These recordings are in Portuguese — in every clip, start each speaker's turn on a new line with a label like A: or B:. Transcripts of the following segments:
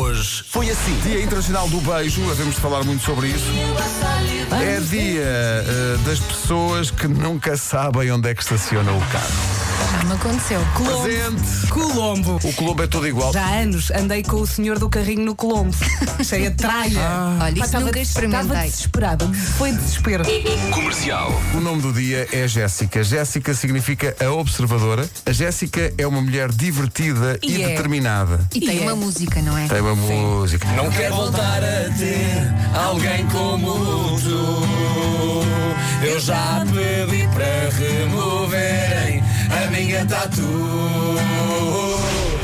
A: Hoje foi assim.
B: Dia Internacional do Beijo, havemos de falar muito sobre isso. É dia eh, das pessoas que nunca sabem onde é que estaciona o carro.
C: Já me aconteceu.
B: Presente!
D: Colombo.
B: O Colombo é todo igual.
D: Já há anos andei com o senhor do carrinho no Colombo, cheia de tralha.
C: Olha,
D: Pá,
C: isso
D: estava
C: nunca
D: des- Estava
C: experimentei.
D: desesperada, foi desespero.
A: Comercial.
B: O nome do dia é Jéssica. Jéssica significa a observadora. A Jéssica é uma mulher divertida e,
D: E é.
B: determinada.
C: E tem
D: E é.
C: uma música, não é?
B: Tem uma música.
A: Não quero voltar a ter alguém como tu. Eu já pedi para removerem a minha tatu.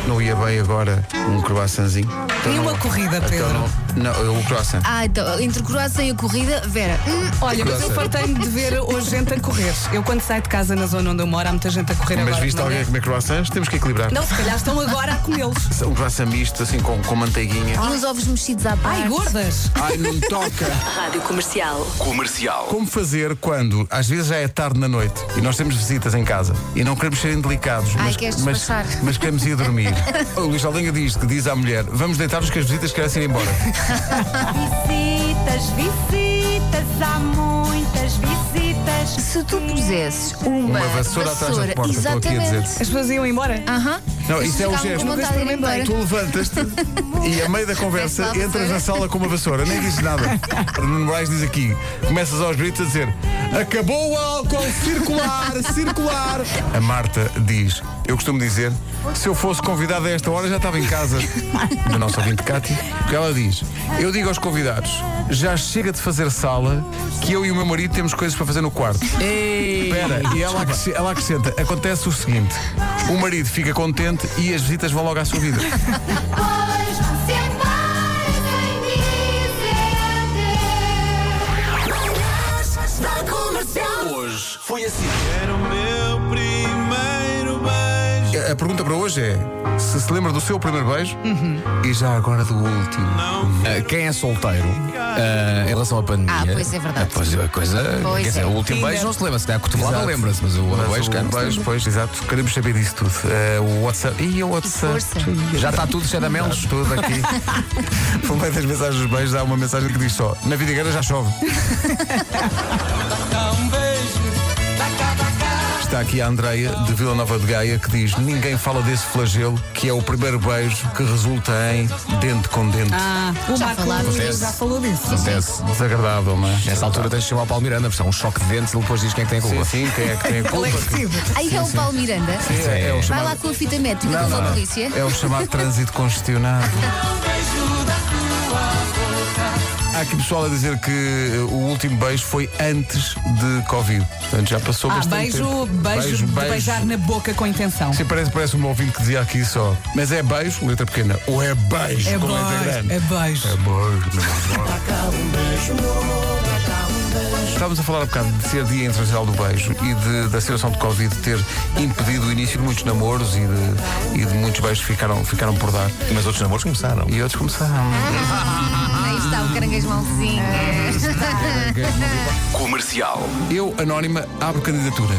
B: Não ia bem agora um croissantzinho.
D: E uma corrida,
B: Então
D: Pedro.
B: não, não, o croissant.
C: Ah, então, entre o croissant e a corrida, Vera, hum,
D: Olha, mas eu
B: Graça.
D: fartei-me de ver hoje gente a correr. Eu quando saio de casa na zona onde eu moro, há muita gente a correr
B: Mas
D: agora.
B: viste
D: não é?
B: alguém a comer croissants? Temos que equilibrar.
D: Não, se calhar estão agora a comê-los.
B: Um croissant misto, assim, com, com manteiguinha.
C: e uns ovos mexidos à parte.
D: Ai, gordas!
B: Ai, não me toca.
E: Rádio Comercial.
A: Comercial.
B: Como fazer quando, às vezes já é tarde na noite e nós temos visitas em casa e não queremos ser indelicados,
C: Ai,
B: mas,
C: queres
B: mas,
C: despachar.
B: mas queremos ir dormir. o Luís Aldenga diz que diz à mulher: vamos deitar-nos que as visitas querem ir embora.
F: Visitas, visitas, há muitas visitas.
C: Se tu pusesses uma,
B: Uma vassoura atrás da porta, estou aqui a dizer.
C: exatamente.
D: As pessoas iam embora.
C: Aham.
B: Não,
C: As
B: isso é o
C: pessoas ficavam
B: gesto.
C: com vontade de ir embora.
B: Tu levantas-te e a meio da conversa
C: Peço uma
B: entras na
C: vassoura.
B: sala com uma vassoura, nem dizes nada. Nuno Moraes diz aqui: começas aos gritos a dizer acabou o álcool, circular, circular. A Marta diz: eu costumo dizer, se eu fosse convidada a esta hora já estava em casa. Da nossa ouvinte Cátia, porque ela diz: eu digo aos convidados, já chega de fazer sala, que eu e o meu marido temos coisas para fazer no quarto. Espera, e ela, acresce- ela acrescenta: acontece o seguinte, o marido fica contente e as visitas vão logo à sua vida.
F: Pois é não se apare sem dizer. Não deixes da comercial.
A: Hoje foi assim.
B: A pergunta para hoje é: se se lembra do seu primeiro beijo e já agora do último?
A: Ah, quem é solteiro, ah, em relação à pandemia.
C: Ah, pois é verdade.
A: ah, Pois a coisa.
C: Pois
A: quer dizer,
C: é.
A: o último beijo não se lembra, se der a cotovelada
B: Exato.
A: lembra-se, mas o
B: Mas
A: beijo,
B: o
A: cara, não se
B: beijo,
A: lembra.
B: pois, exato. Queremos saber disso tudo. Eh, o WhatsApp. E o WhatsApp.
C: Força.
A: Já está tudo cheio de amelos.
B: Está tudo aqui. Por meio das mensagens dos beijos, há uma mensagem que diz só: na vidigueira já chove. Está aqui a Andreia de Vila Nova de Gaia que diz: Ninguém fala desse flagelo que é o primeiro beijo que resulta em dente com dente.
D: Ah, o
C: Já
D: Marco
C: falámos.
D: já falou disso.
A: Acontece.
B: Desagradável, não é?
A: Nessa altura tens de chamar o Paulo Miranda, porque é um choque de dentes e depois diz quem é que tem a
B: Sim,
A: culpa.
B: sim, quem é que tem a
D: Ele é
B: culpa?
D: recibo.
C: Aí é o Paulo Miranda.
B: É, é o
C: Vai
B: chamado,
C: lá com a fita métrica com a polícia.
B: é o chamado trânsito congestionado. Há aqui pessoal a dizer que eh, o último beijo foi antes de Covid. Portanto, já passou
D: Ah,
B: bastante
D: beijo,
B: tempo.
D: beijo, de beijar na boca com intenção. É
B: Sim, parece, parece um ouvinte que dizia aqui só. Mas é beijo, letra pequena, ou é beijo
D: É
B: com letra
D: beijo,
B: grande?
D: é beijo.
B: Estávamos a falar há bocado de ser Dia Internacional do Beijo e de- da situação de Covid ter impedido o início de muitos namoros e de, e de muitos beijos que ficaram, ficaram por dar.
A: Mas outros namoros começaram.
B: E outros começaram.
C: Aí está o caranguejo mãozinho.
B: Ah,
A: Comercial.
B: Eu, anónima, abro candidatura.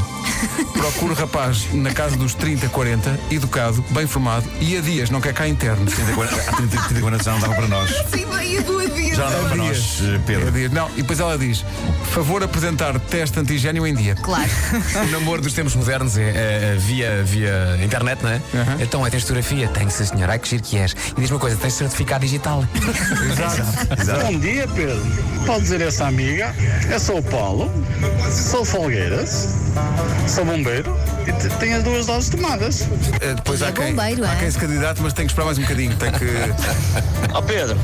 B: Procuro rapaz na casa dos 30, 40, educado, bem formado e a dias, não quer cá interno.
G: 34 anos já não dava para nós.
C: Sim, vai Assim a tua vida.
G: Já não dava para nós, eh,
B: A
G: Pedro.
B: dias. Não, e depois ela diz: favor apresentar teste antigênio em dia.
C: Claro.
A: O namoro dos tempos modernos é, é, é via, via internet, não é? Então é, tens fotografia? Tenho, sim senhor. Ai que giro que és. E diz-me uma coisa, tens certificado digital?
H: Bom dia, Pedro. Pode dizer a essa amiga. Eu sou o Paulo, sou Folgueiras, sou bombeiro e te- tenho as duas doses tomadas.
B: Eh, Depois
C: E
B: há
C: é
B: quem,
C: bombeiro,
B: há
C: é?
B: quem se candidate, mas tem que esperar mais um bocadinho. Tem que.
I: Ó Oh, Pedro,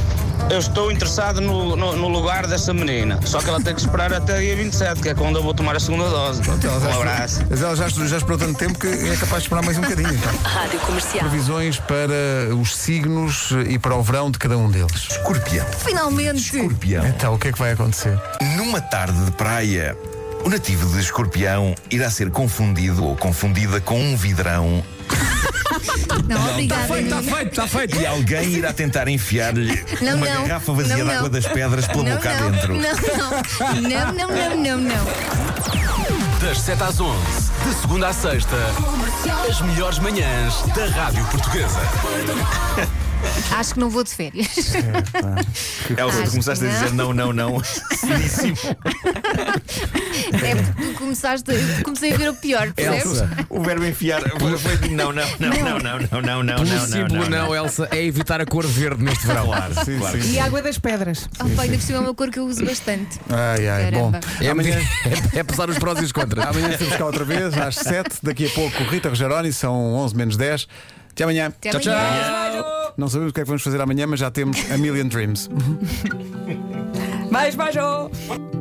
I: eu estou interessado no, no- no lugar dessa menina. Só que ela tem que esperar até dia 27, que é quando eu vou tomar a segunda dose. Um abraço.
B: Mas ela já, já esperou tanto tempo que é capaz de esperar mais um bocadinho. Então.
E: Rádio Comercial.
B: Previsões para os signos e para o verão de cada um deles.
G: Escorpião.
C: Finalmente.
G: Escorpião.
B: Então, o que é que vai acontecer?
G: Numa tarde de praia, o nativo de escorpião irá ser confundido ou confundida com um vidrão
C: Não,
B: tá
C: obrigada.
A: feito, está feito.
G: e alguém irá tentar enfiar-lhe
C: Não,
G: uma
C: não.
G: garrafa
C: Não,
G: vazia de
C: não.
G: água das pedras pela
C: não,
G: boca
C: não,
G: adentro.
C: não, não, não, não, não, não, não.
A: Das 7 às 11, De segunda à sexta, as melhores manhãs da Rádio Portuguesa.
C: Acho que não vou de férias.
G: Elsa, tu
C: Acho
G: começaste
C: que
G: a dizer não, não, não.
C: É porque tu começaste, eu comecei a ver o
B: É,
C: pior, percebes?
A: Elsa,
G: o verbo enfiar foi de não, não, não, não, não, não, não, não,
A: pelo
G: não, não,
A: símbolo não,
G: não, não.
A: Elsa, é evitar a cor verde neste verão.
G: Claro,
B: Sim,
G: claro.
B: sim.
D: E água das pedras.
C: Oh, pai, ainda por cima é uma cor que eu uso bastante.
B: Ai, ai, bom.
C: Caramba.
A: É, medir- é, é pesar os prós e os contras.
B: Amanhã estamos cá outra vez, às 7. Daqui a pouco, Rita Rogeroni, são 11 menos 10. Até amanhã.
C: Até
B: tchau,
C: amanhã.
B: tchau. Não sabemos o que é que vamos fazer amanhã, mas já temos a Million Dreams.
D: Mais, mais, oh.